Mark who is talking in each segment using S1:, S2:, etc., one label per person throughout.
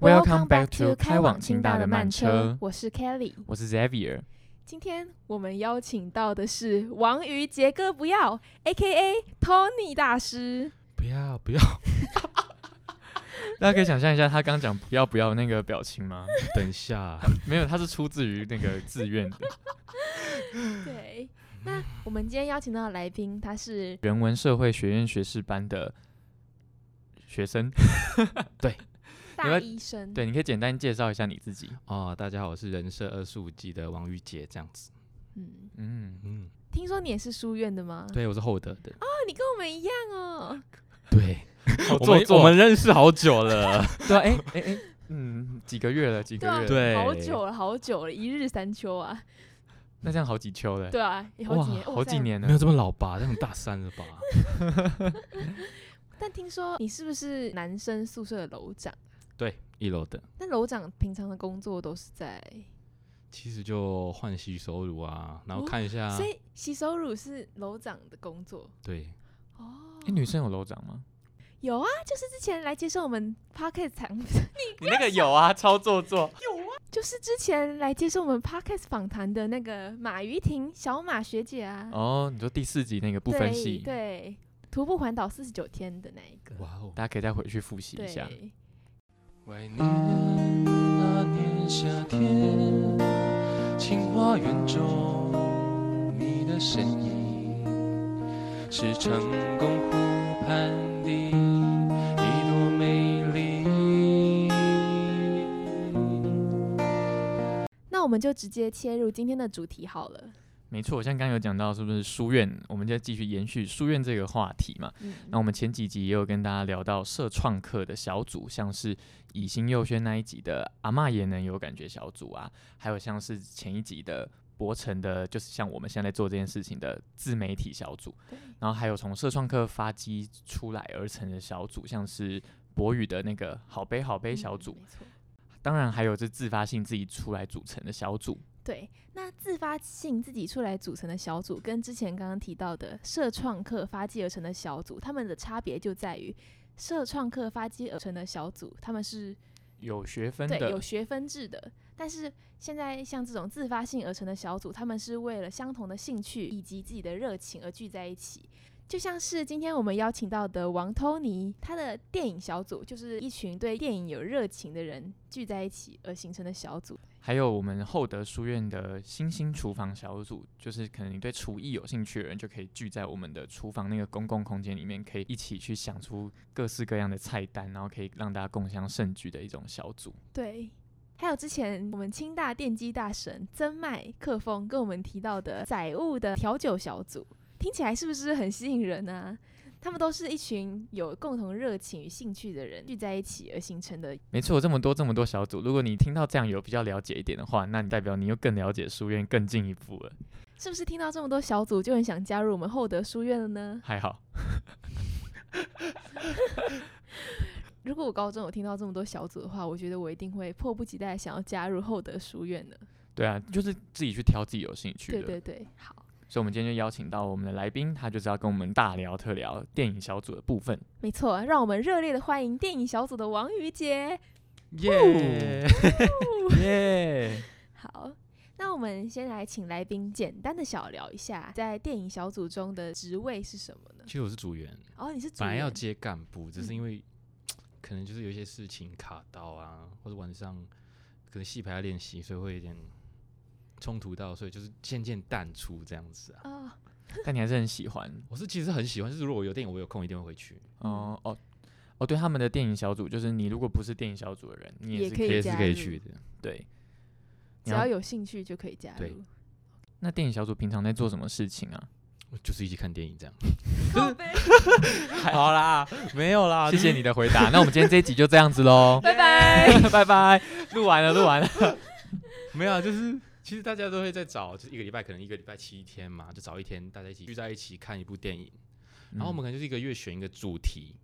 S1: Welcome back to 开往清大的慢车
S2: 我是 Kelly。
S1: 我是 Xavier。
S2: 今天我们邀请到的是王瑜杰哥不要，A.K.A. Tony 大师。
S1: 不要不要，大家可以想象一下他刚讲不要不要那个表情吗？
S3: 等一下，
S1: 没有，他是出自于那个自愿的
S2: 对，那我们今天邀请到的来宾，他是
S1: 人文社会学院学士班的学生。你
S2: 大
S1: 们
S2: 医生。
S1: 对，你可以简单介绍一下你自己。
S3: 哦，大家好，我是人设二十五季的王玉杰，这样子。
S2: 嗯，
S1: 嗯，
S3: 嗯，
S2: 听说你也是书院的吗？
S3: 对，我是厚德的。
S2: 哦，你跟我们一样哦。
S3: 对，
S1: 好
S3: 我们我们认识好久了。
S1: 对啊，哎哎哎，嗯，几个月了，几个
S2: 对啊，
S1: 月了，
S3: 对
S2: 好久了，好久了，一日三秋啊。
S1: 那这样好几秋了，
S2: 对啊，也好几年，
S3: 哇
S2: 哦
S1: 好几。
S2: 塞
S1: 年
S3: 没
S1: 了
S3: 有。这么老吧？这种大三了吧？
S2: 但听说你是不是男生宿舍的楼长？
S3: 对，一楼的。
S2: 那楼长平常的工作都是在，
S3: 其实就换洗手乳啊，然后看一下。
S2: 哦所以洗手乳是楼长的工作
S3: 对，
S2: 哦。
S1: 哎，女生有楼长 吗？
S2: 有啊，就是之前来接受我们 podcast 访，
S1: 你那个有啊，超做作。
S2: 就是之前来接受我们 podcast 访谈的那个马于婷小马学姐
S3: 嗯
S2: 啊，
S1: 哦，你说第四集那个不分析，
S2: 对，对徒步环岛四十九天的那一个，
S3: 哇哦。
S1: 大家可以再回去复习一下。
S2: 对，
S4: 怀念那年夏天，清花园中你的身影，是成功湖畔的一朵美丽。
S2: 那我们就直接切入今天的主题好了。
S1: 没错，像刚刚有讲到，是不是书院？我们就继续延续书院这个话题嘛。
S2: 嗯，
S1: 那我们前几集也有跟大家聊到社创课的小组，像是以心佑轩那一集的阿嬷也能有感觉小组啊，还有像是前一集的博成的，就是像我们现在在做这件事情的自媒体小组，
S2: 对
S1: 然后还有从社创课发基出来而成的小组，像是博宇的那个好杯好杯小
S2: 嗯
S1: 组，
S2: 没错。
S1: 当然还有这自发性自己出来组成的小组。
S2: 对，那自发性自己出来组成的小组，跟之前刚刚提到的社创课发迹而成的小组，他们的差别就在于，社创课发迹而成的小组，他们是
S1: 有学分
S2: 对有
S1: 的，
S2: 学分制的，但是现在像这种自发性而成的小组，他们是为了相同的兴趣以及自己的热情而聚在一起。就像是今天我们邀请到的王托尼，他的电影小组就是一群对电影有热情的人聚在一起而形成的小组。
S1: 还有我们厚德书院的星星厨房小组，就是可能你对厨艺有兴趣的人，就可以聚在我们的厨房那个公共空间里面，可以一起去想出各式各样的菜单，然后可以让大家共襄盛举的一种小组。
S2: 对，还有之前我们清大电机大神曾麦克风跟我们提到的载物的调酒小组，听起来是不是很吸引人啊？他们都是一群有共同热情与兴趣的人聚在一起而形成的。
S1: 没错，这么多这么多小组，如果你听到这样有比较了解一点的话，那你代表你又更了解书院更进一步了。
S2: 是不是听到这么多小组就很想加入我们厚德书院了呢？
S1: 还好，
S2: 如果我高中有听到这么多小组的话，我觉得我一定会迫不及待想要加入厚德书院的。
S1: 对啊，就是自己去挑自己有兴趣的。
S2: 对对对，好。
S1: 所以，我们今天就邀请到我们的来宾，他就是要跟我们大聊特聊电影小组的部分。
S2: 没错，让我们热烈的欢迎电影小组的王瑜杰。
S3: 耶！
S1: 耶、
S2: 好，那我们先来请来宾简单的小聊一下，在电影小组中的职位是什么呢？
S3: 其实我是组员，
S2: 哦，你是主
S3: 本来要
S2: 要
S3: 接干部，
S2: 嗯
S3: 只是因为可能就是有一些事情卡到啊，或者晚上可能戏排要练习，所以会有点冲突到，所以就是渐渐淡出这样子啊。
S2: 哦，
S1: 但你还是很喜欢
S3: 我是其实很喜欢，就是如果有电影我有空一定会回去，
S1: 哦哦哦，对，他们的电影小组就是你如果不是电影小组的人，你
S2: 也
S1: 是
S2: 可以
S1: 以
S3: 也是
S2: 加
S3: 可以
S2: 入
S3: 去的。
S1: 对。
S2: 只
S1: 然
S2: 要
S1: 后
S2: 有兴趣就可以加
S3: 对
S2: 入。
S1: 那电影小组平常在做什么事情 啊？
S3: 就是一起看电 影这样。
S2: 靠背，，
S1: 好啦，没有啦，谢谢你的回 答。那我们今天这一集就这样子喽
S2: 拜拜。
S1: 拜拜，录完了，录完了。
S3: 没有，啊，就是其实大家都会在找，就是一个礼拜可能一个礼拜七天嘛，就找一天大家一起聚在一起看一部电影，
S1: 嗯
S3: 然后我们可能就是一个月选一个主题。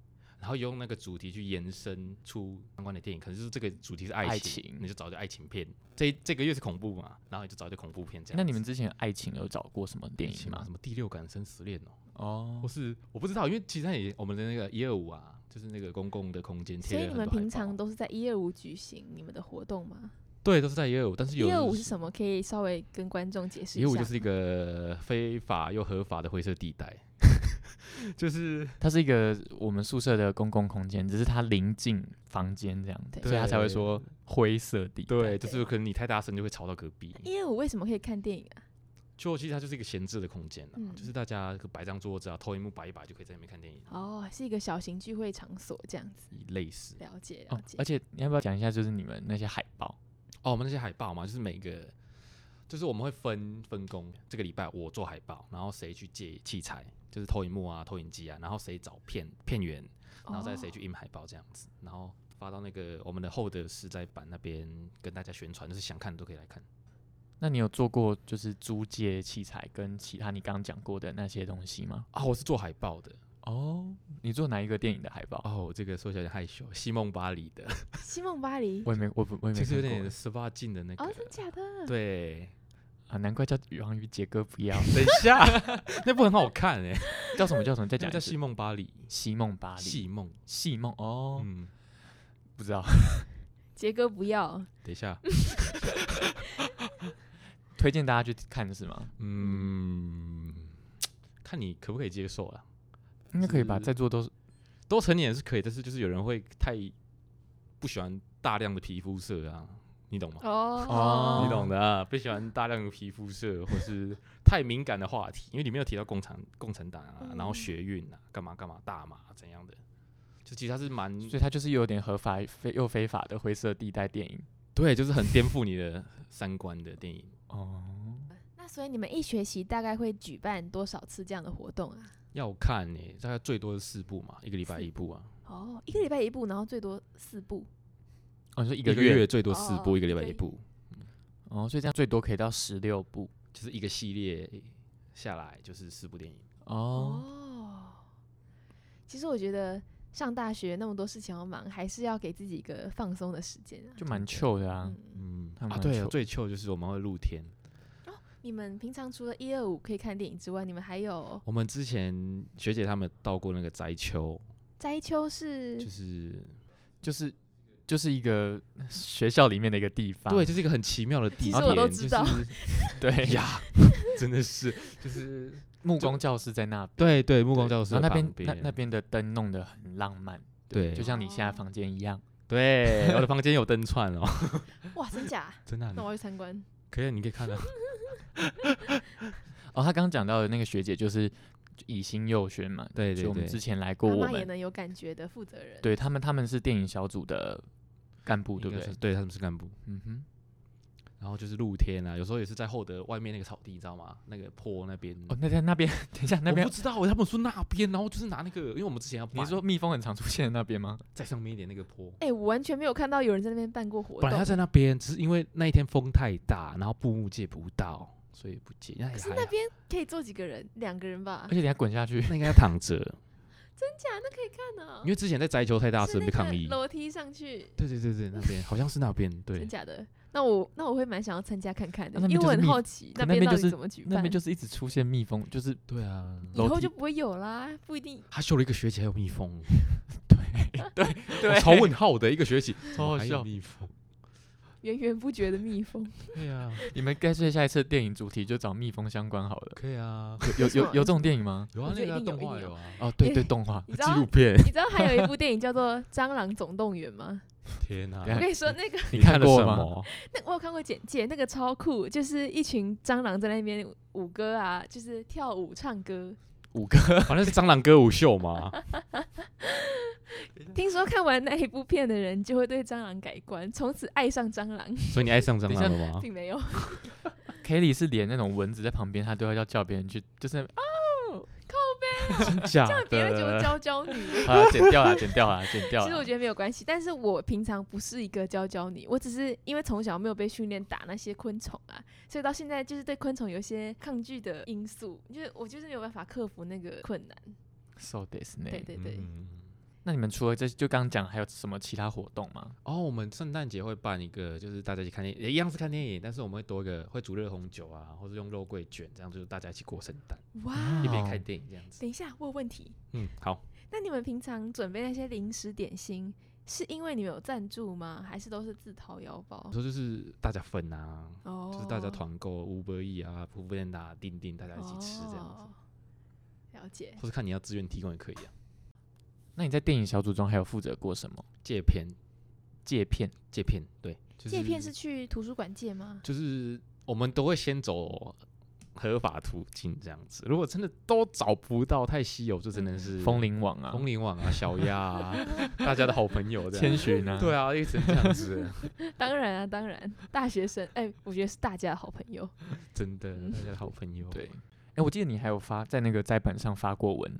S3: 然后用那个主题去延伸出相关的电影，可能就是这个主题是爱情，
S1: 爱情
S3: 你就找一个爱情片。这这个月是恐怖嘛，然后你就找一个恐怖片这样子。
S1: 那你们之前爱情有找过什么电
S3: 爱情
S1: 影
S3: 嘛，
S1: 吗
S3: 什？么第六感生死恋哦，
S1: 哦
S3: 或，是我不知道，因为其实它也我们的那个一二五啊，就是那个公共的空间贴
S2: 所
S3: 了
S2: 以你
S3: 很多海
S2: 们
S3: 报，
S2: 平常都是在一二五举行你们的活动吗？
S3: 对都是在一二五，但是有
S2: 一二五是什么？可以稍微跟观众解释一
S3: 一
S2: 下
S3: 二
S2: 吗。
S3: 五就是一个非法又合法的灰色地带， 就是
S1: 它是一个我们宿舍的公共空间，只是它临近房间这样，
S2: 对
S1: 所以它才会
S3: 对
S1: 说灰色地带。
S3: 对，就是可能你太大声就会吵到隔壁。
S2: 一二五为什么可以看电影啊？
S3: 就其实它就是一个闲置的空间啊，
S2: 嗯
S3: 就是大家摆张桌子啊，偷一幕摆一摆就可以在里面看电影，
S2: 哦，是一个小型聚会场所这样子，
S3: 类似。
S2: 了解了
S1: 哦
S3: 哎
S2: 解。，
S1: 而且你要不要讲一下，就是你们那些海报？
S3: 哦，我们那些海报嘛，就是每个，就是我们会分分工，这个礼拜我做海报，然后谁去借器材，就是投影幕啊、投影机啊，然后谁找片片源，然后再谁
S2: 哦
S3: 去印海报这样子，然后发到那个我们的厚德师在版那边跟大家宣传，就是想看都可以来看。
S1: 那你有做过就是租借器材跟其他你刚刚讲过的那些东西吗？
S3: 啊，我是做海报的
S1: 哦，你做哪一个电影的海报？
S3: 哦，这个说起来有点害羞，西梦巴黎的，
S2: 西梦巴黎
S1: 我也没，我不，我 也没看
S3: 就是有
S1: 过
S3: 点
S1: 欸
S3: 十八禁的那个，
S2: 哦，真假的？
S3: 对，
S1: 啊，难怪叫王宇杰哥不要
S3: 等一下， 那部很好看 哎、
S1: 叫什么叫什么，再
S3: 那
S1: 讲
S3: 部
S1: 一
S3: 叫
S1: 次
S3: 西梦巴黎，
S1: 西梦巴黎，
S3: 戏梦，
S1: 戏梦哦，
S3: 嗯，
S1: 不知道，
S2: 杰哥不要，
S3: 等 一下，
S1: 推荐大家去看是吗？
S3: 嗯，看你可不可以接受啦。
S1: 应该可以吧，
S3: 是
S1: 在座都是
S3: 多成年是可以，但是就是有人会太不喜欢大量的皮肤色啊，你懂吗？
S2: 哦
S1: 哦
S3: 你懂的啊，不喜欢大量的皮肤色或是太敏感的话题，因为里面有提到共产共产党啊，然后
S2: 嗯
S3: 学运啊，干嘛干嘛大麻怎样的，就其实它是蛮
S1: 所以它就是有点合法非又非法的灰色地带电影
S3: 对，就是很颠覆你的三观的电影。
S1: 哦。
S2: 那所以你们一学期大概会举办多少次这样的活动啊？
S3: 要看呢、大概最多是四部嘛，一个礼拜
S2: 四
S3: 一部啊，
S2: 哦，一个礼拜一部，然后最多四部。
S1: 哦，你说一
S3: 一
S1: 个
S3: 月最多四
S2: 哦
S3: 部，一个礼拜
S2: 对
S3: 一部，
S1: 哦，所以这样最多可以到十六部
S3: 就是一个系列下来就是四部电影。
S1: 哦。
S2: 哦，其实我觉得上大学那么多事情要忙，还是要给自己一个放松的时间啊。
S1: 就蛮 chill 的啊，
S2: 嗯，
S3: 嗯
S1: 还
S3: 啊，
S1: 蛮
S3: 对了，
S1: 糗
S3: 最糗就是我们会露天。
S2: 你们平常除了一二五可以看电影之外，你们还有
S3: 我们之前学姐他们到过那个摘秋，
S2: 摘秋
S3: 嗯
S2: 是
S3: 就是
S1: 就是就是一个学校里面的一个地方，
S3: 对，就是一个很奇妙的地
S2: 其
S3: 点，
S2: 实我都知 道
S3: 就是 哎
S1: 对
S3: 呀，真的是就是
S1: 木工教室在那边，
S3: 对对，目光教室
S1: 然后那
S3: 边
S1: 边那那边的灯弄得很浪漫，
S3: 对，
S1: 就像你现在房间一样。
S3: 对，哎我的房间有灯串哦，
S2: 哇，真假？
S3: 真
S1: 嗯
S3: 的啊
S2: 那我要去参观。
S3: 可以，啊你可以看到，
S1: 哦，他刚刚讲到的那个学姐就是以心佑轩嘛，
S3: 对 对
S1: 就我们
S3: 对
S1: 之前来过
S2: 妈
S1: 我
S2: 妈也
S1: 们，
S2: 能有感觉的负责人。
S1: 对他们他们是电影小组的干部，对不
S3: 应该
S1: 对
S3: 是？对，他们是干部，
S1: 嗯哼，
S3: 然后就是露天啊，有时候也是在厚德外面那个草地，你知道吗？那个坡那边。
S1: 哦，那在那边， 等一下那边
S3: 我不，知道，欸他们说那边，然后就是拿那个，因为我们之前要
S1: 你
S3: 搬
S1: 是说蜜蜂很常出现的那边吗？
S2: 啊
S3: 在上面一点那个坡，
S2: 哎、我完全没有看到有人在那边办过活
S3: 本来他
S2: 动。
S3: 在那边，只是因为那一天风太大，然后布幕借不到，所以不借。那也
S2: 可是
S3: 还
S2: 那
S3: 好
S2: 边可以坐几个人？两个人吧
S1: 而？且你还滚下去，
S3: 那应该要躺着，
S2: 真假？那可以看哦呢、
S3: 因为之前在摘球太大
S2: 是
S3: 声
S2: 那
S3: 被
S2: 个
S3: 抗议。
S2: 楼梯上去，
S3: 对对对对，那边好像是那边对
S2: 真，假的？那我那我会蛮想要参加看看的
S1: 啊那，边
S2: 因为
S1: 就
S2: 我
S1: 是
S2: 很
S1: 密
S2: 好奇
S1: 可
S2: 那
S1: 那
S2: 边
S1: 边
S2: 到
S1: 就
S2: 底
S1: 是
S2: 怎么举
S1: 那
S2: 办
S1: 边。就是一直出现蜜蜂，就是
S3: 对啊，
S2: 以
S1: 楼
S2: 后
S1: 梯
S2: 就不会有啦，不一定。
S3: 还修了一个学期还有蜜 蜂，
S1: 对
S3: 我哦超问号的一个学 期，
S1: 超好
S3: 还有
S1: 笑。
S3: 蜜蜂。
S2: 源源不绝的蜜蜂，
S3: 对啊，
S1: 你们干脆下一次电影主题就找蜜蜂相关好了。
S3: 可以 啊，
S1: 有有
S2: 为什么
S1: 有 有这种电影吗？
S3: 有啊
S2: 我，觉
S3: 那
S2: 得
S3: 个
S2: 一定有
S3: 动
S2: 一
S3: 画
S2: 定
S3: 有啊，
S1: 哦，对
S2: 哎
S1: 对，动画
S2: 你知道
S3: 纪录片，
S2: 你知道还有一部电影叫做 《蟑螂总动员》吗？
S3: 天哪！
S2: 我
S1: 等一下
S2: 跟你说，那个
S3: 你
S1: 看
S3: 了
S1: 过
S3: 什
S1: 吗
S3: 么？
S2: 那我有看过简介，那个超酷，就是一群蟑螂在那边舞歌啊，就是跳舞唱歌。
S1: 五个
S3: 反正是蟑螂歌舞秀 嘛。
S1: 哎
S2: 听说看完那一部片的人就会对蟑螂改观，从此爱上蟑螂，
S1: 哦
S3: 所以你爱上蟑
S1: 等一
S3: 螂
S1: 下
S3: 了吗？
S2: 并没有。
S1: ，Kelly 是连那种蚊子在旁边，他都要要叫别人去，就是
S3: 真假
S2: 别人就
S3: 的？
S2: 娇娇女，
S1: 啊，剪掉啦，剪掉 啦，剪掉
S2: 其实我
S1: 啦。
S2: 觉得没有关系。但是我平常不是一个娇娇女，我只是因为从小没有被训练打那些昆虫啊，所以到现在就是对昆虫有一些抗拒的因素，就是我就是没有办法克服那个困难。
S1: So this
S2: 对
S1: name，
S2: 对对，
S3: 嗯
S1: 那你们除了这就刚刚讲，还有什么其他活动吗？
S3: 哦，我们圣诞节会办一个，就是大家一起看电影，也一样是看电影，但是我们会多一个会煮热红酒啊，或者用肉桂卷，这样就是大家一起过圣诞，
S2: 哇
S3: 嗯一边
S1: 哦
S3: 看电影这样子。
S2: 等一下，我有问题。
S3: 嗯，好，
S2: 那你们平常准备那些零食点心，是因为你们有赞助吗？还是都是自掏腰包
S3: 我？说就是大家分啊，
S2: 哦，
S3: 就是大家团购 Uber E 啊、普普店啊、订订，大家一起吃这样子，
S2: 哦了解
S3: 或者看你要自愿提供也可以啊。
S1: 那你在电影小组中还有负责过什么？
S3: 借片，
S1: 借片
S3: 借片，对，就是、
S2: 借片是去图书馆借吗？
S3: 就是我们都会先走合法途径这样子。如果真的都找不到太稀有，就真的是
S1: 风铃网啊，
S3: 风铃网啊、小 鸭啊，大家的好朋友这
S1: 千
S3: 样。
S1: 寻啊，
S3: 对啊，一直这样子，
S2: 当然啊，当然，大学生，哎、我觉得是大家的好朋友。
S3: 真的，大家的好朋友。
S1: 对，。哎、我记得你还有发在那个摘本上发过文，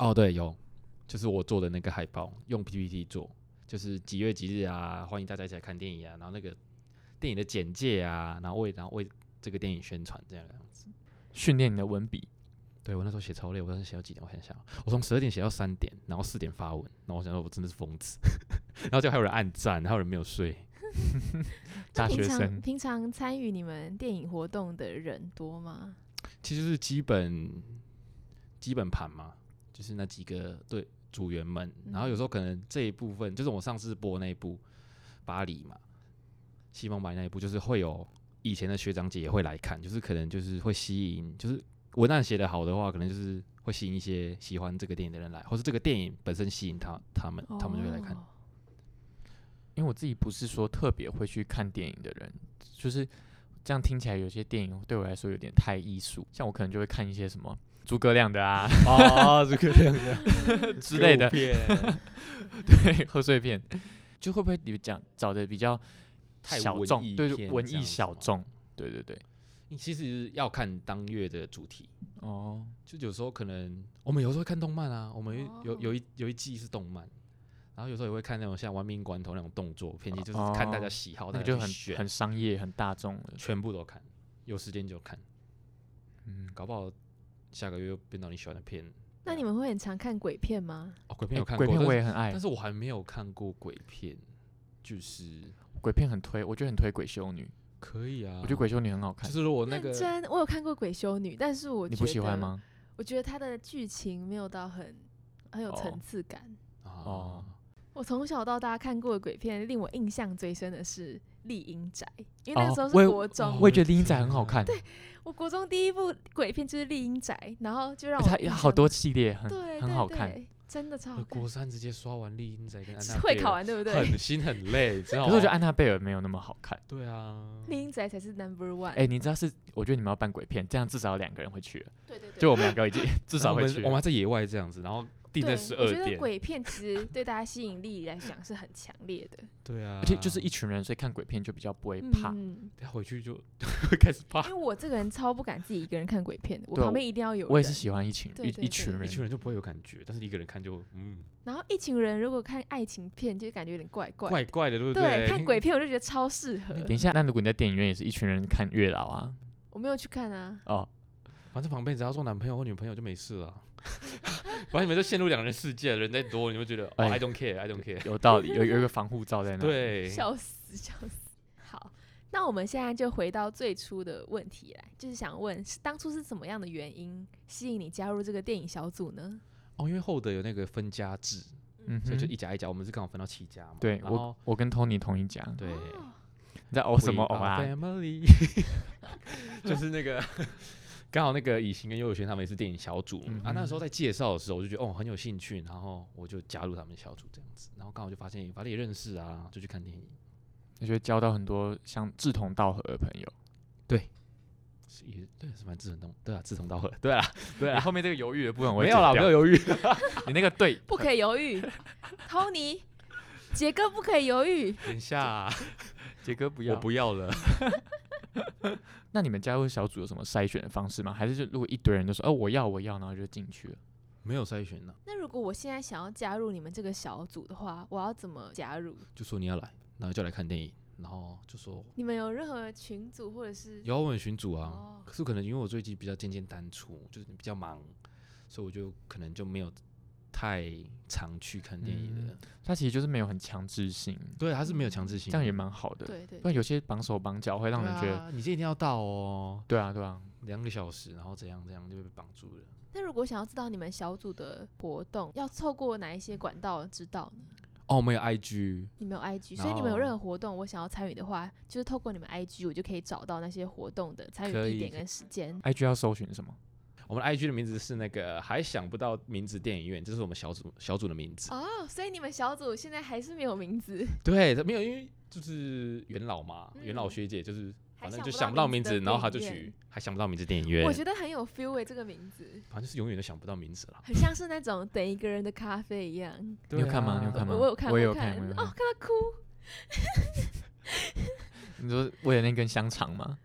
S3: 哦，对，有，就是我做的那个海报，用 PPT 做，就是几月几日啊，欢迎大家一起来看电影啊，然后那个电影的简介啊，然后为然后为这个电影宣传这样。
S1: 训练你的文笔。
S3: 对我那时候写超累，我当时写到几点？我想想，我从十二点写到三点，然后四点发文，然后我想说我真的是疯子， 然后就还有人暗赞，还有人没有睡。
S2: 那
S1: 大
S2: 平
S1: 学
S2: 常
S1: 生
S2: 平常参与你们电影活动的人多吗？
S3: 其实是基本基本盘嘛，就是那几个对组员们，然后有时候可能这一部分就是我上次播那一部巴黎嘛，西蒙白那一部，就是会有以前的学长姐也会来看，就是可能就是会吸引，就是文案写得好的话，可能就是会吸引一些喜欢这个电影的人来，或是这个电影本身吸引他他们，他们就会来看。
S2: 哦
S1: 因为我自己不是说特别会去看电影的人，就是这样听起来有些电影对我来说有点太艺术，像我可能就会看一些什么诸葛亮的啊
S3: 哦，这个样
S1: 之类 的，对， 贺岁片，就会不会有讲找的比较
S3: 太
S1: 小
S3: 文
S1: 众，
S3: 艺
S1: 对
S3: 片
S1: 对，文
S3: 这
S1: 艺
S3: 样子
S1: 小
S3: 吗
S1: 众，对对对，
S3: 其实要看当月的主题，
S1: 哦，
S3: 就有时候可能我们有时候会看动漫啊，我们有
S2: 哦
S3: 有有一有一季是动漫，然后有时候也会看那种像《亡命关头》那种动作片，就是看大家
S1: 哦
S3: 喜好，
S1: 那
S3: 大
S1: 个
S3: 家
S1: 就
S3: 去
S1: 很
S3: 选，
S1: 很商业、很大众了，
S3: 全部都看，有时间就看，
S1: 嗯，
S3: 搞不好下个月又变到你喜欢的片。
S2: 那你们会很常看鬼片吗？
S3: 哦，鬼片
S1: 哎
S3: 有看过，
S1: 鬼片
S3: 但
S1: 我
S3: 是
S1: 也很爱
S3: 但，是我还没有看过鬼片，就是
S1: 鬼片很推，我觉得很推《鬼修女》，
S3: 可以啊，
S1: 我觉得《鬼修女》很好
S3: 就
S1: 看，
S3: 是如果那
S2: 认
S3: 个
S2: 真，我有看过《鬼修女》，但是我
S1: 你不
S2: 觉
S1: 喜欢
S2: 得？
S1: 吗？
S2: 我觉得它的剧情没有到很很有
S1: 哦
S2: 层次感。
S3: 哦
S1: 哦，
S2: 我从小到大看过的鬼片，令我印象最深的是《丽英宅》，因为
S1: 哦
S2: 那时候
S1: 我
S2: 是
S1: 也
S2: 国中，
S3: 哦
S1: 我
S3: 我
S1: 也
S3: 的
S1: 觉得《丽英仔》
S3: 天
S1: 很好
S3: 哪
S1: 看，
S2: 我国中第一部鬼片就是《丽英宅》，然后就让我
S1: 它
S2: 印
S1: 有
S2: 象
S1: 好多系列很
S2: 对
S1: 很
S2: 对
S1: 好看，
S2: 对真的超
S3: 我
S2: 好看
S3: 国，三直接刷完丽英仔
S1: 啊
S3: 跟安
S2: 是
S3: 娜
S2: 会
S3: 贝
S2: 考
S3: 尔
S2: 完对不对？
S3: 很心很累，知道
S1: 可
S3: 吗？
S1: 是我觉得安娜贝尔没有那么好看。
S3: 对啊，
S2: 《丽英宅》才是 number one。
S1: 哎，你知道是？我觉得你们要办鬼片，这样至少有两个人会去了，
S2: 对对对，
S1: 就我们两 个已经至
S3: 至
S1: 少
S3: 少
S1: 会
S3: 会
S1: 去
S3: 去。
S1: 了。
S3: 还在野外这样子，然后定
S2: 对，我觉得鬼片其实对大家吸引力来讲是很强烈的。
S3: 对啊，
S1: 而且就是一群人，所以看鬼片就比较 不会怕。啊
S2: 嗯，
S3: 他回去就 会开始怕
S2: 因为，我这个人超不敢自己一个人看鬼片的，我
S1: 对啊
S2: 旁边一定要有人。
S1: 我也是喜欢一群
S2: 对
S1: 一
S2: 对
S1: 一群
S2: 对
S1: 人
S3: 一，群人就不会有感觉，但是一个人看就嗯
S2: 然后一群人如果看爱情片，就感觉有点怪怪。
S3: 怪怪的，对不
S2: 对，看鬼片
S3: 片
S2: 我就觉得超适
S3: 呃
S2: 合。
S1: 等一下，那如果你在电影院也是一群人看月老啊，
S2: 我没有去看啊，
S1: 哦，
S3: 反正旁边只要做男朋友或女朋友就没事了， 反正你们就陷入两人世界，人再多你们觉得哦
S1: 哎
S3: I don't care，I don't care，
S1: 有道理，有有一个防护罩在那。，
S3: 对，
S2: 笑死笑死。好，那我们现在就回到最初的问题来，就是想问，是当初是怎么样的原因吸引你加入这个电影小组呢？
S3: 哦，因为后德有那个分家制，
S1: 嗯
S3: 所以就一
S1: 哼，
S3: 家一家，我们是刚好分到七家嘛，
S1: 对
S3: 然后
S1: 我我跟 Tony 同一家，
S3: 对。
S2: 哦
S1: 你在哦什么哦啊？
S3: ？Family，就是那个 刚好那个以行跟悠悠轩他们也是电影小组、
S1: 嗯
S3: 啊。那时候
S1: 哼
S3: 在介绍的时候，我就觉得哦很有兴趣，然后我就加入他们小组这样子。然后刚好就发现反正也认识啊，就去看电影，
S1: 我觉得交到很多像志同道合的朋友。
S3: 是也对是蛮志同道对啊志同道合 对啊 对
S1: 你
S3: 啊。
S1: 后面这个犹豫的部分我会
S3: 没有啦，
S1: 剪
S3: 没
S1: 掉
S3: 有，犹豫。
S1: 你那个对
S2: 不可以犹豫 ，Tony，杰哥不可以犹豫。
S3: 等一下啊，
S1: 杰哥不
S3: 我不要了。
S1: 那你们加入小组有什么筛选的方式吗？还是就如果一堆人都说哦我要我要，然后就进去了？
S3: 没有筛选呢、
S2: 那如果我现在想要加入你们这个小组的话，我要怎么加入？
S3: 就说你要来，然后就来看电影，然后就说
S2: 你们有任何群组或者是？
S3: 有问群主啊。
S2: 哦
S3: 可是可能因为我最近比较渐渐单出，就是比较忙，所以我就可能就没有太常去看电影
S2: 嗯
S3: 的人，
S1: 它其实就是没有很强制性，
S3: 对，他是没有强制性
S1: 这
S3: 的，
S1: 样也蛮好的。
S2: 对对
S1: 不然有些绑手绑脚会让人觉
S3: 对
S1: 得，
S3: 啊你今天一定要到哦，
S1: 对啊对啊，
S3: 两个小时，然后怎样怎样就被绑住了。
S2: 那如果想要知道你们小组的活动，要透过哪一些管道知道呢？
S3: 哦，我们有 IG，
S2: 你们有 IG，
S3: 然
S2: 所
S3: 后
S2: 以你们有任何活动，我想要参与的话，就是透过你们 IG，我就可以找到那些活动的参与
S3: 可
S2: 地
S3: 以
S2: 点跟时间。
S1: IG 要搜寻什么？
S3: 我们 IG 的名字是那个还想不到名字电影院，这是我们小组小组的名字。
S2: 哦，所以你们小组现在还是没有名字，
S3: 对，没有，因为就是元老嘛，元老
S2: 嗯
S3: 学姐就是
S2: 还
S3: 反正就
S2: 想
S3: 想
S2: 不
S3: 不
S2: 到
S3: 到
S2: 名
S3: 名
S2: 字的
S3: 字，然后他就
S2: 电影院
S3: 取还想不到名字电影院
S2: 我，觉得很有 feel 欸诶、这个名字
S3: 反正就是永远都想不到名字了。
S2: 很像是那种等一个人的咖啡一样。
S1: 你有看吗？你有
S3: 对啊
S1: 看吗？
S2: 我我有看，
S1: 我也有
S2: 有
S1: 看，我有
S2: 哦，看到
S1: 看。
S2: 哭。
S1: 你说为了那根香肠吗？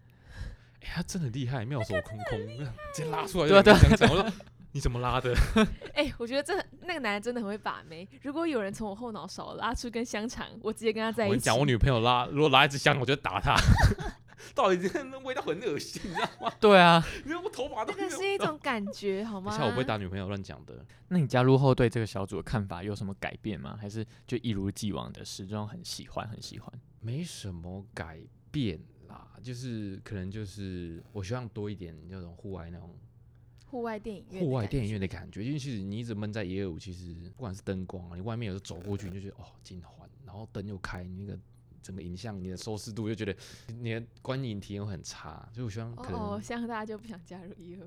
S3: 哎、他真的厉害，妙手空空，直接拉出来
S1: 对啊
S3: 就这样讲。我说你怎么拉的？
S2: 哎、我觉得这那个男人真的很会把妹。如果有人从我后脑勺拉出根香肠，我直接跟他在
S3: 我
S2: 一
S3: 跟你
S2: 起。
S3: 讲，我女朋友拉，如果拉一支香，我就打她。 到底那味道很恶心，你知道吗？
S1: 对啊。
S3: 你知道我头发都
S2: 那
S3: 没有哦
S2: 个是一种啊感觉，好
S3: 等
S2: 吗？
S3: 一下我不会打女朋友，乱讲的。
S1: 那你加入后对这个小组的看法有什么改变吗？还是就一如既往的始终很喜欢，很喜欢？
S3: 没什么改变啦，就是可能就是我希望多一点那种户外那种
S2: 户外电影院，
S3: 户外电影院的感觉，因为其实你一直闷在野外，其实不管是灯光啊，你外面有时候走过去，你就觉得哦金环，然后灯又开，你那个整个影像你的收视度又觉得你的观影体验会很差，所以我希望
S2: 哦
S3: 可能、
S2: 哦，现在大家就不想加入以后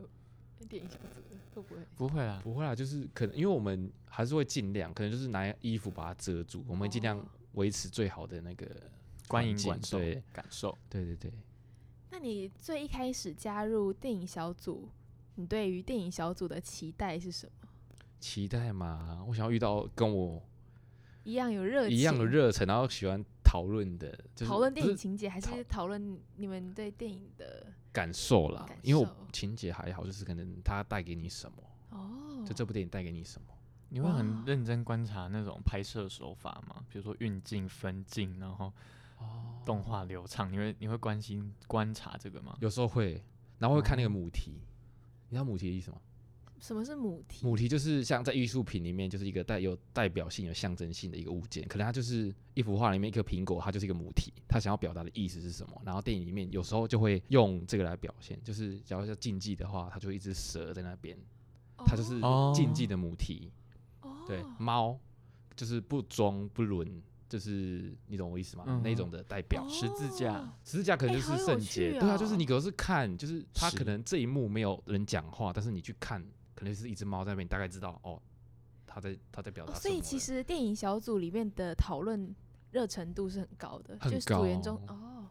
S2: 电影小组了，会不会？
S1: 不会啦，
S3: 不会啦，就是可能因为我们还是会尽量，可能就是拿衣服把它遮住，我们会尽量
S2: 哦
S3: 维持最好的那个
S1: 观影
S3: 境
S1: 感受
S3: 对
S1: 感受。
S3: 对对对。
S2: 那你最一开始加入电影小组，你对于电影小组的期待是什么？
S3: 期待嘛，我想要遇到跟我
S2: 一样有热情，
S3: 一样的热忱，然后喜欢讨论的，就是
S2: 讨论电
S3: 不
S2: 影
S3: 是
S2: 情节，还
S3: 讨
S2: 是讨论你们对电影的
S3: 感受啦
S2: 感。
S3: 因为
S2: 受
S3: 我情节还好，就是可能它带给你什么，
S2: 哦？
S3: 就这部电影带给你什么。
S1: 你会
S2: 哇
S1: 很认真观察那种拍摄手法吗？比如说运镜、分镜，然后
S3: 哦，
S1: 动画流畅，你会你会关心观察这个吗？
S3: 有时候会，然后会看那个母题。你知道母题的意思吗？
S2: 什么是母题？
S3: 母题就是像在艺术品里面，就是一个带有代表性、有象征性的一个物件。可能它就是一幅画里面一颗苹果，它就是一个母题，它想要表达的意思是什么？然后电影里面有时候就会用这个来表现，就是假如要竞技的话，它就一只蛇在那边，它就是
S1: 哦
S3: 竞技的母题。
S2: 哦
S3: 对，猫就是不忠不伦，就是你懂我意思吗？
S1: 嗯
S3: 那种的代表。
S1: 十字架
S2: 哦
S3: 十字架可能
S2: 哎
S3: 就
S2: 好
S3: 是
S2: 有
S3: 圣
S2: 趣
S3: 洁，对啊，
S2: 哦
S3: 就是你可是看，就是他
S1: 是
S3: 可能这一幕没有人讲话，但是你去看，可能是一只猫在那边，你大概知道哦，他在他在表达
S2: 哦所
S3: 什么了。
S2: 以其实电影小组里面的讨论热程度是很高的，
S3: 很
S2: 就是组员
S3: 高
S2: 中哦，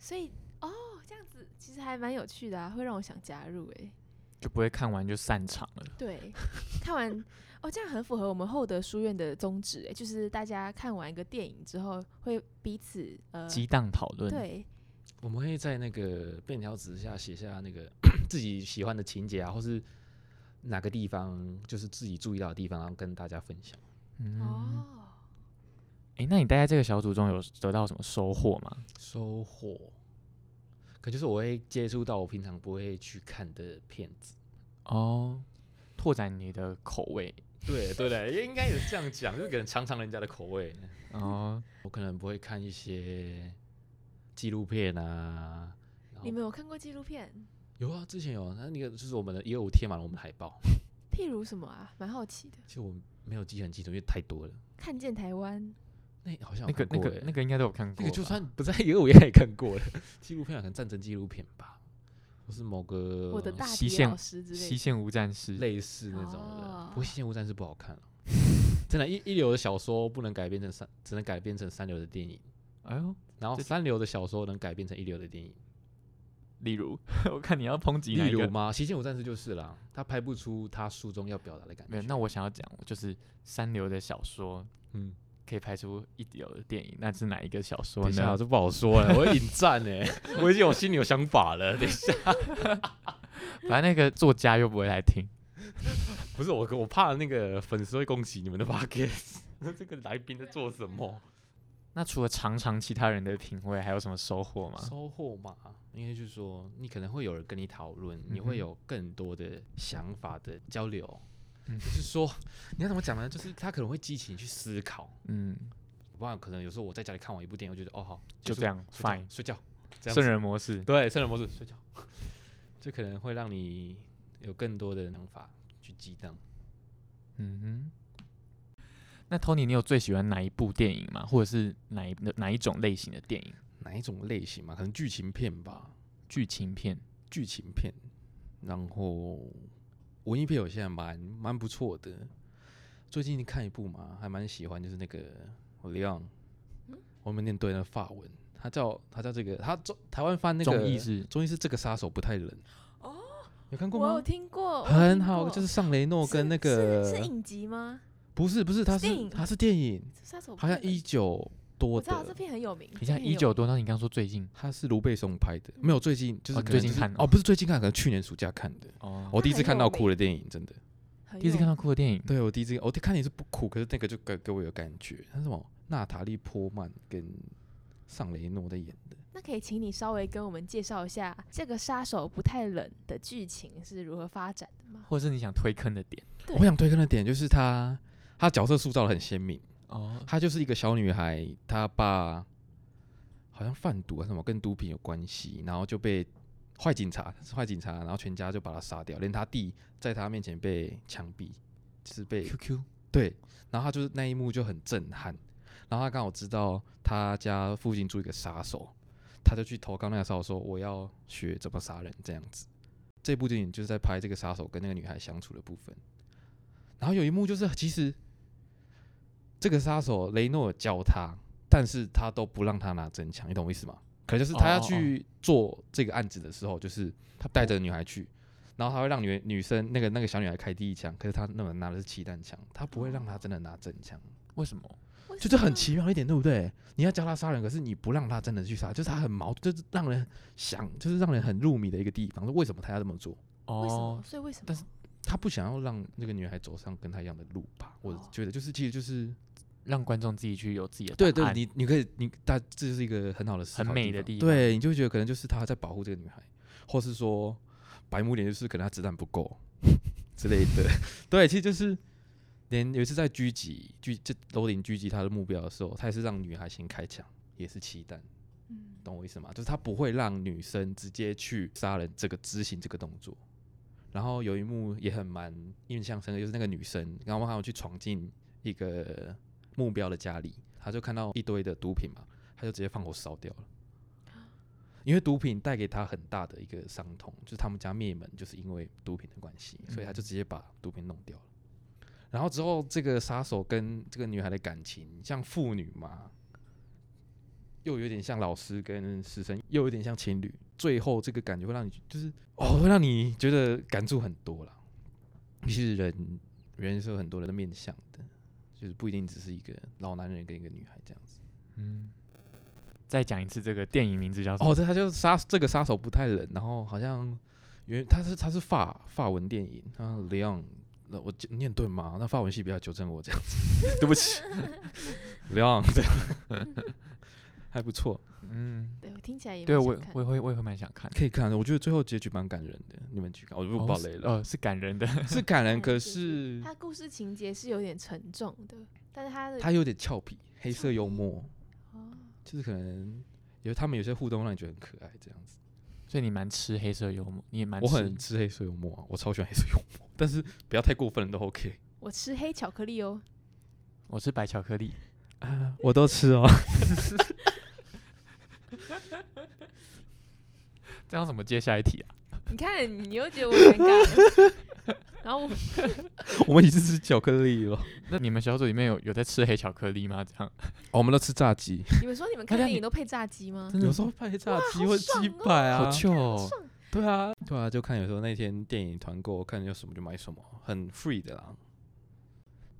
S2: 所以哦这样子其实还蛮有趣的啊，会让我想加入诶、
S1: 就不会看完就散场了。
S2: 对，看完哦这样很符合我们厚德书院的宗旨诶、就是大家看完一个电影之后会彼此呃
S1: 激荡讨论，
S2: 对
S3: 我们会在那个便条纸下写下那个 自己喜欢的情节啊，或是哪个地方就是自己注意到的地方，然后跟大家分享。
S1: 嗯，
S2: 哦。
S1: 诶，那你待在这个小组中有得到什么收获吗？
S3: 收获，可能就是我会接触到我平常不会去看的片子。
S1: 哦，拓展你的口味
S3: 对对的，应该也是这样讲，就是可能尝尝人家的口味。
S1: 哦，
S3: 我可能不会看一些纪录片啊。然
S2: 你
S3: 后
S2: 们有看过纪录片？
S3: 有啊，之前有啊那那个就是我们的也有贴满了我们的海报，
S2: 譬如什么啊？蛮好奇的，
S3: 其实我没有记很清楚，因为太多了。
S2: 看见台湾
S3: 那好像
S1: 那个
S3: 有看
S1: 那
S3: 过
S1: 个
S3: 欸
S1: 那个啊应该都嗯有看过吧，
S3: 那个就算不在也我也也看过了，纪录片啊可能战争纪录片吧，或是某个
S2: 我的大
S1: 西
S2: 体
S1: 线
S2: 老师之类
S1: 西
S2: 的。
S1: 线无战事，
S3: 类似那种
S2: 哦
S3: 的。不过《西线无战事》不好看了， 真的，一一流的小说不能改编成三，只能改编成三流的电影。
S1: 哎呦，
S3: 然后
S1: 这
S3: 三流的小说能改编成一流的电影，
S1: 例如 我看你要抨击哪
S3: 例
S1: 一
S3: 如
S1: 个？
S3: 吗？《西线无战事》就是啦，他拍不出他书中要表达的感
S1: 没有，
S3: 觉。
S1: 那我想要讲，就是三流的小说
S3: 嗯，
S1: 可以拍出一流的电影，那是哪一个小说
S3: 等一下
S1: 呢？
S3: 这不好说 哎，我会引战哎，我已经有心里有想法了。等一下，
S1: 反正那个作家又不会来听。
S3: 不是我，我怕那个粉丝会攻击你们的 p o c a 这个来宾在做什么？
S1: 那除了尝尝其他人的品味，还有什么收获吗？
S3: 收获嘛，应该就是说，你可能会有人跟你讨论，你
S1: 嗯哼
S3: 会有更多的想法的交流，
S1: 嗯
S3: 就是说你要怎么讲呢？就是它可能会激起你去思考。
S1: 嗯，
S3: 不然可能有时候我在家里看完一部电影，我觉得哦好，
S1: 就
S3: 结束
S1: 这样
S3: 睡觉
S1: ，fine，
S3: 睡觉，这样子
S1: 圣人模式。
S3: 对，圣人模式睡觉， 这可能会让你有更多的想法去激荡。
S1: 嗯哼。那 Tony，你有最喜欢哪一部电影吗？或者是哪一哪一种类型的电影？
S3: 哪一种类型嘛？可能剧情片吧，
S1: 剧情片？
S3: 剧情片，然后文艺片我现在蛮蛮不错的。最近看一部嘛，还蛮喜欢，就是那个《Leon》，我
S2: 嗯
S3: 们念对那法文，它叫它叫这个，它中台湾翻那个
S1: 综艺是
S3: 中医是这个杀手不太冷
S2: 哦，
S3: 有看过
S2: 我有
S3: 吗？
S2: 听过，我有
S3: 很
S2: 听
S3: 好，
S2: 过
S3: 就是尚雷诺
S2: 是
S3: 跟那个
S2: 是是影集吗？
S3: 不是不是，它
S2: 是电
S3: 是
S2: 影
S3: 它是电影，
S2: 杀手不
S3: 好像
S2: 太冷
S3: 一九多
S2: 我知道这
S3: 的，
S2: 片很有名，
S1: 你
S2: 这
S1: 像
S2: 片很
S1: 一
S2: 有
S1: 九
S2: 名
S1: 多，那你刚说最近
S3: 它是卢贝松拍的，没有最近就是
S1: 哦你
S3: 可
S1: 最
S3: 能就
S1: 近
S3: 是
S1: 看
S3: 哦，不是最近看，可能去年暑假看的。
S1: 哦，
S3: 我第一次
S2: 很
S3: 看
S2: 有
S3: 到哭
S2: 名
S3: 的电影，真的，
S1: 嗯
S2: 很
S1: 第一次
S2: 有
S1: 看到哭的电影，
S3: 对我第一次我看也是不哭，可是那个就给给我有感觉，它是什么？娜塔莉波曼跟尚雷诺在演的。
S2: 那可以请你稍微跟我们介绍一下这个杀手不太冷的剧情是如何发展的吗？
S1: 或者是你想推坑的点？
S2: 对
S3: 我想推坑的点就是他，他角色塑造的很鲜明，
S1: 哦，
S3: 她就是一个小女孩，她爸好像贩毒还是什么，跟毒品有关系，然后就被坏警察是坏警察，然后全家就把她杀掉，连她弟在她面前被枪毙，就是被
S1: QQ
S3: 对，然后她就是那一幕就很震撼，然后她刚好知道她家附近住一个杀手，她就去投靠那个杀手说我要学怎么杀人这样子。这部电影就是在拍这个杀手跟那个女孩相处的部分，然后有一幕就是其实这个杀手雷诺尔教他，但是他都不让他拿真枪，你懂我意思吗？可能就是他要
S1: 哦哦
S3: 去做这个案子的时候，就是他带着女孩去，然后他会让女女生那个那个小女孩开第一枪，可是他那个拿的是气弹枪，他不会让她真的拿真枪，
S1: 为什么？
S2: 为
S3: 就
S2: 什
S3: 是很
S2: 么
S3: 奇妙一点，对不对？你要教他杀人，可是你不让他真的去杀，就是他很矛盾，就是让人想，就是让人很入迷的一个地方。说为什么他要这么做？
S2: 为什么
S1: 哦？，
S2: 所以为什么？
S1: 但是
S3: 他不想要让那个女孩走上跟他一样的路吧？我
S2: 哦
S3: 觉得就是，其实就是
S1: 让观众自己去有自己的
S3: 对
S1: 答
S3: 对，
S1: 案
S3: 你你可以，你大这是一个很好的思
S1: 很
S3: 考
S1: 美的地
S3: 方，对，你就会觉得可能就是他在保护这个女孩，或是说白目点就是可能他子弹不够 之类的，对，其实就是连有一次在狙击狙这楼顶狙击他的目标的时候，他也是让女孩先开枪，也是期弹，
S2: 嗯，
S3: 懂我意思吗？就是他不会让女生直接去杀人这个执行这个动作。然后有一幕也很蛮印象深刻，就是那个女生，然后我好像去闯进一个目标的家里，她就看到一堆的毒品嘛，她就直接放火烧掉了。因为毒品带给她很大的一个伤痛，就是他们家灭门就是因为毒品的关系，所以她就直接把毒品弄掉了。然后之后，这个杀手跟这个女孩的感情，像父女嘛，又有点像老师跟师生，又有点像情侣。最后这个感觉会让你就是哦，会让你觉得感触很多啦。其实人人是有很多人的面相的，就是不一定只是一个老男人跟一个女孩这样子。
S1: 嗯，再讲一次这个电影名字叫什么？
S3: 哦，这他就杀这个杀手不太冷，然后好像原他是他是法法文电影，啊 Leon，那我记念对吗？那法文系不要纠正我这样子， 对不起 ，Leon 这样还不错。
S1: 嗯，
S2: 对我听起来也
S1: 对
S2: 蛮
S1: 我
S2: 想看
S1: 我也会我也会蛮想看的。
S3: 可以看，我觉得最后结局蛮感人的。你们去看，我 就不
S1: 哦
S3: 爆
S1: 是
S3: 雷 了。
S1: 呃，是感人的。
S3: 是感人，
S2: 感
S3: 可
S2: 人结局
S3: 是
S2: 它故事情节是有点沉重的，但是它的
S3: 他有点俏皮，黑色幽默，
S2: 哦
S3: 就是可能有他们有些互动让你觉得很可爱这样子。
S1: 所以你蛮吃黑色幽默，你也蛮
S3: 我
S1: 吃
S3: 很吃黑色幽默、啊，我超喜欢黑色幽默，但是不要太过分了都 OK
S2: 我吃黑巧克力哦，
S1: 我吃白巧克力。
S3: 啊，我都吃哦。
S1: 这样怎么接下一题啊？
S2: 你看你又觉得我尴尬了， 然后我
S3: 我们一直吃巧克力了，
S1: 那你们小组里面有有在吃黑巧克力吗？这样
S3: 哦我们都吃炸鸡，
S2: 你们说你们看
S1: 大家
S2: 电
S1: 你
S2: 影都配炸鸡吗？
S1: 真的
S3: 有时候配炸鸡
S2: 好
S3: 或
S2: 爽
S3: 鸡
S2: 哦
S3: 排啊
S1: 好，糗哦。
S3: 对啊，对啊，就看有时候那天电影团购，看有什么就买什么，很 free 的啦。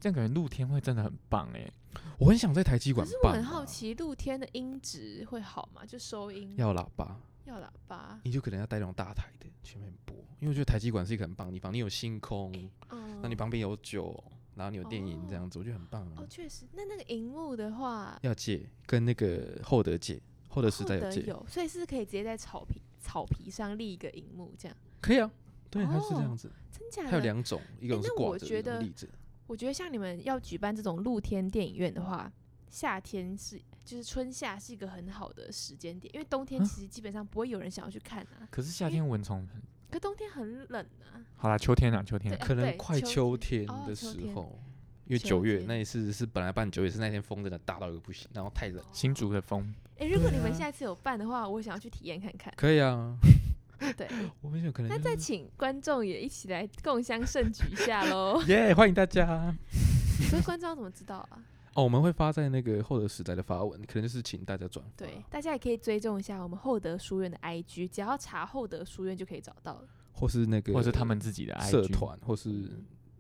S1: 这样感觉露天会真的很棒哎。
S3: 我很想在台积
S2: 可
S3: 馆
S2: 是我
S3: 办、啊
S2: 很好，奇，露天的音质会好吗？就收音
S3: 要喇叭。
S2: 要喇叭，
S3: 你就可能要带那种大台的去那边播，因为我觉得台积馆是一个很棒的地方，你有星空，
S2: 嗯，
S3: 那你旁边有酒，然后你有电影这
S2: 哦
S3: 样子，我觉得很棒啊
S2: 哦，。确实，那那个荧幕的话，
S3: 要借跟那个厚德借，厚德时
S2: 后
S3: 代
S2: 得
S3: 借，
S2: 有，所以是可以直接在草皮草皮上立一个荧幕这样。
S3: 可以啊，对，它是这
S2: 哦
S3: 样子。
S2: 真假的？
S3: 还有两种，一种是
S2: 那
S3: 挂
S2: 我
S3: 着，
S2: 觉
S3: 一种
S2: 得
S3: 立着。
S2: 我觉得像你们要举办这种露天电影院的话，夏天是就是春夏是一个很好的时间点，因为冬天
S1: 啊
S2: 其实基本上不会有人想要去看啊。
S1: 可是夏天蚊虫很，
S2: 可冬天很冷啊，
S1: 好啦，秋天啊，秋天
S2: 对，啊
S3: 可能
S2: 对
S3: 快秋
S2: 秋
S3: 天
S2: 哦
S3: 的
S2: 秋
S3: 时
S2: 天
S3: 候，因为
S2: 秋
S3: 九月
S2: 天
S3: 那一次是本来办九月，是那天风真的大到一个不行，然后太
S2: 哦
S3: 冷。
S1: 新竹的风，
S2: 诶，如果
S3: 对
S2: 你们
S3: 啊
S2: 下次有办的话，我想要去体验看看。
S3: 可以啊，
S2: 对，
S3: 我们有可能
S2: 那
S3: 就
S2: 再
S3: 是。
S2: 请观众也一起来共襄盛举一下喽
S3: 耶欢迎大家。
S2: 可是观众要怎么知道啊？
S3: 哦，我们会发在那个后的时代的发文，可能就是请大家转发。
S2: 对，大家也可以追踪一下我们厚德书院的 IG，只要查厚德书院就可以找到了。
S3: 或是那个，
S1: 或者是他们自己的 IG
S3: 社团，或是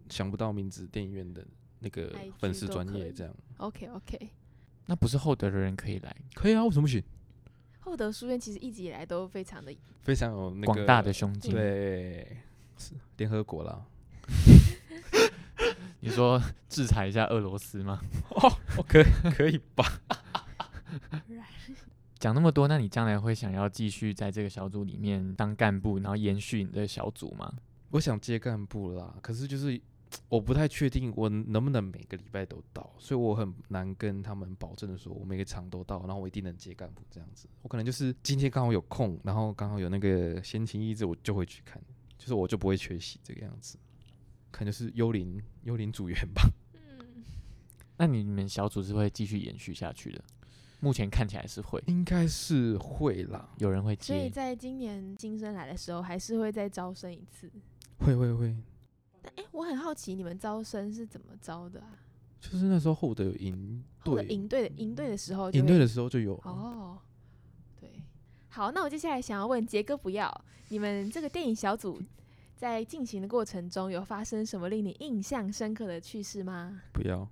S3: 想不到名字电影院的那个
S2: IG
S3: 粉丝
S2: 嗯都
S3: 专
S2: 可
S3: 业
S2: 以
S3: 这样。
S2: OK OK，
S1: 那不是厚德的人可以来，
S3: 可以啊，为什么不行？
S2: 厚德书院其实一直以来都非常的
S3: 非常有那个
S1: 广大的胸襟。
S3: 对，是联合国啦。
S1: 你说 制裁一下俄罗斯吗？
S3: 哦，可以可以吧？
S2: 嗯
S1: 讲那么多，那你将来会想要继续在这个小组里面当干部，然后延续你的小组吗？
S3: 我想接干部啦，可是就是我不太确定我能不能每个礼拜都到，所以我很难跟他们保证说我每个场都到，然后我一定能接干部这样子。我可能就是今天刚好有空，然后刚好有那个闲情逸致，我就会去看，就是我就不会缺席这个样子。可能就是幽灵幽灵组员吧。
S2: 嗯。
S1: 那你们小组是会继续延续下去的？目前看起来是会，
S3: 应该是会啦，
S1: 有人会
S2: 所以
S1: 接。
S2: 在今年新生来的时候，还是会再招生一次。
S3: 会会会，
S2: 但哎、我很好奇你们招生是怎么招的啊？
S3: 就是那时候后的有营
S2: 或者
S3: 队，
S2: 营队的营队的时候就
S3: 营
S2: 会
S3: 队的时候就有了，啊
S2: 哦，对，好，那我接下来想要问杰哥，不要你们这个电影小 组在进行的过程中，有发生什么令你印象深刻的趣事吗？
S3: 不要。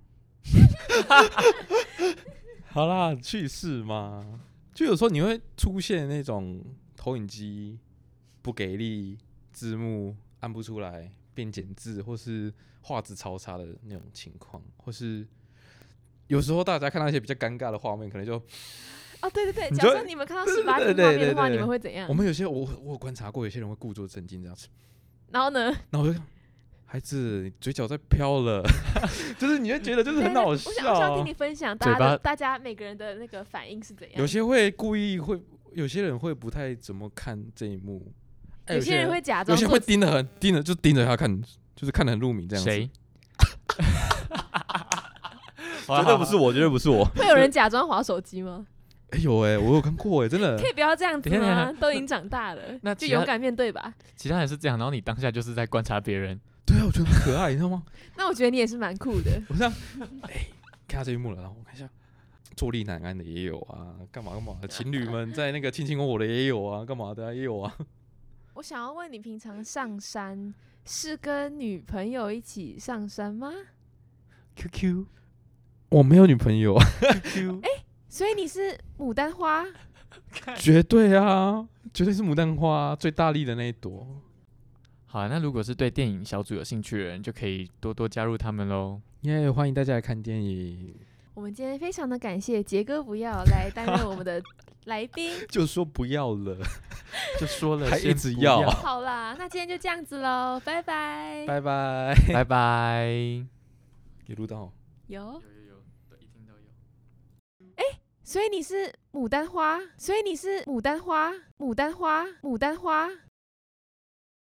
S3: 好啦，去世嘛，就有时候你会出现那种投影机不给力、字幕按不出来、变简字，或是画质超差的那种情况，或是有时候大家看到一些比较尴尬的画面，可能就
S2: 哦，对对对，
S3: 你
S2: 假
S3: 说
S2: 设你们看到
S3: 对
S2: 十
S3: 对
S2: 八
S3: 对
S2: 禁画
S3: 对
S2: 面的
S3: 对
S2: 话，你
S3: 对
S2: 们会怎样
S3: 我？们有些我我有观察过，有些人会故作镇静这样子，
S2: 然后 呢？
S3: 然后我就看孩子你嘴角在飘了， 就是你会觉得就是
S2: 对
S3: 很
S2: 对
S3: 好
S2: 我
S3: 笑、
S2: 想
S3: 啊。
S2: 我想要听你分享
S1: 嘴
S2: 大家的
S1: 巴
S2: 大家每个人的那个反应是怎样。
S3: 有些会故意会，有些人会不太怎么看这一幕，哎
S2: 有些人会假
S3: 有
S2: 装
S3: 些
S2: 做
S3: 人会盯得很盯着，就盯着他看，就是看得很入迷这样子。
S1: 谁？
S4: 绝
S1: 绝
S4: 对不是。我，绝对不是我。
S2: 会有人假装划手机吗？
S3: 哎、有哎、我有看过哎、真的
S2: 可。以不要这样子
S1: 等一下
S2: 吗
S1: 等？
S2: 都已经长大了，
S1: 那
S2: 就
S1: 其他
S2: 勇敢面对吧。
S1: 其他人是这样，然后你当下就是在观察别人，
S3: 对啊，我觉得很可爱，你知道吗？
S2: 那我觉得你也是蛮酷的。
S3: 我这样，哎、看到这一幕了，然后我看一下，坐立难安的也有啊，干嘛干嘛的，情侣们在那个卿卿我我的也有啊，干嘛的、啊、也有 啊。
S2: 我想要问你，平常上山是跟女朋友一起上山吗？
S1: QQ
S3: 我没有女朋友啊，
S1: QQ，
S2: 所以你是牡丹花，
S3: 绝对啊，绝对是牡丹花最大力的那一朵。
S1: 好、啊，那如果是对电影小组有兴趣的人，就可以多多加入他们喽。
S3: 耶、欢迎大家来看电影。
S2: 我们今天非常的感谢杰哥不要来担任我们的来宾。
S3: 就说不要了，
S1: 就说了，
S3: 还
S1: 先
S3: 一直
S1: 不
S3: 要
S2: 好啦，那今天就这样子喽，拜拜。
S3: 拜拜。
S1: 哦 拜拜。
S3: 有录到哦，
S2: 有，
S1: 有有有，对，一听都有。
S2: 所以你是牡丹花，所以你是牡丹花，牡丹花，牡丹花。